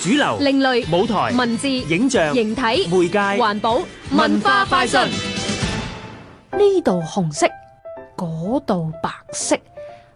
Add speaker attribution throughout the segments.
Speaker 1: 主流、
Speaker 2: 另類、
Speaker 1: 舞台、
Speaker 2: 文字、
Speaker 1: 影像、
Speaker 2: 形體、
Speaker 1: 媒介、
Speaker 2: 環保、文化快訊。
Speaker 3: 呢度紅色，嗰度白色，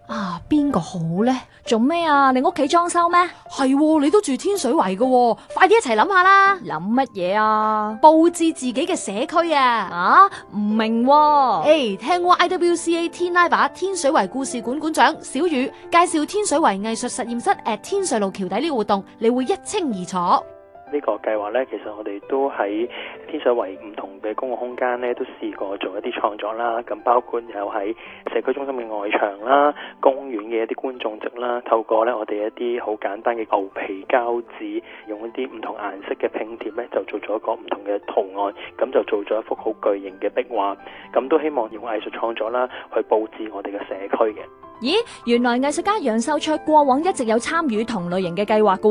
Speaker 3: 啊，邊個好呢？
Speaker 4: 做咩啊？你屋企裝修咩？
Speaker 3: 係喎，你都住天水圍嘅喎，快啲一齊諗下啦！
Speaker 4: 諗乜嘢啊？
Speaker 3: 佈置自己嘅社區啊！
Speaker 4: 啊，唔明喎。
Speaker 3: 誒，聽過 IWCA 天拉把啊天水圍故事館館長小雨介紹天水圍藝術實驗室 at 天水路橋底呢個活動，你會一清二楚。
Speaker 5: 呢個計劃呢，其實我哋都喺天水圍唔同嘅公共空間呢，都試過做一啲創作啦。咁包括有喺社區中心嘅外牆啦、公園嘅一啲觀眾席啦，透過呢我哋一啲好簡單嘅牛皮膠紙，用一啲唔同顏色嘅拼貼呢，就做咗一個唔同嘅圖案，咁就做咗一幅好巨型嘅壁畫。咁都希望用藝術創作啦，去佈置我哋嘅社區嘅。
Speaker 4: 咦，原來藝術家楊秀卓過往一直有參與同類型嘅計劃㗎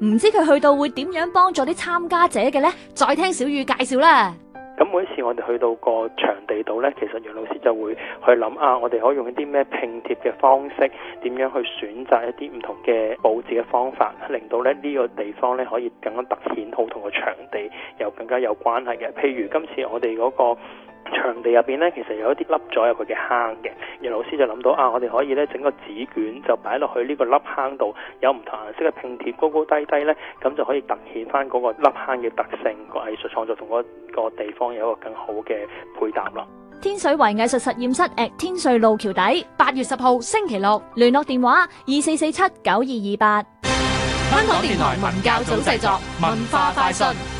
Speaker 4: 喎，唔知佢去到會點樣幫助啲參加者嘅呢？
Speaker 3: 再聽小雨介紹啦。
Speaker 5: 咁每一次我哋去到個場地度呢，其實楊老師就會去諗啊，我哋可以用一啲咩拼貼嘅方式，點樣去選擇一啲唔同嘅佈置嘅方法，令到咧呢個地方呢可以更加突顯好同個場地有更加有關係嘅。譬如今次我哋嗰個場地入邊呢，其實有一啲凹咗入去嘅坑嘅，楊老師就諗到啊，我哋可以呢整個紙卷就擺落去呢個凹坑度，有唔同顏色嘅拼貼，高高低低呢，咁就可以突顯翻嗰個凹坑嘅特性，個藝術創作同嗰個地方有一個更好嘅配搭啦。
Speaker 4: 天水圍藝術實驗室 at 天水路橋底，
Speaker 3: 八月十號星期六，
Speaker 4: 聯絡電話二四四七九二二八。
Speaker 2: 香港電台文教組製作，文化快訊。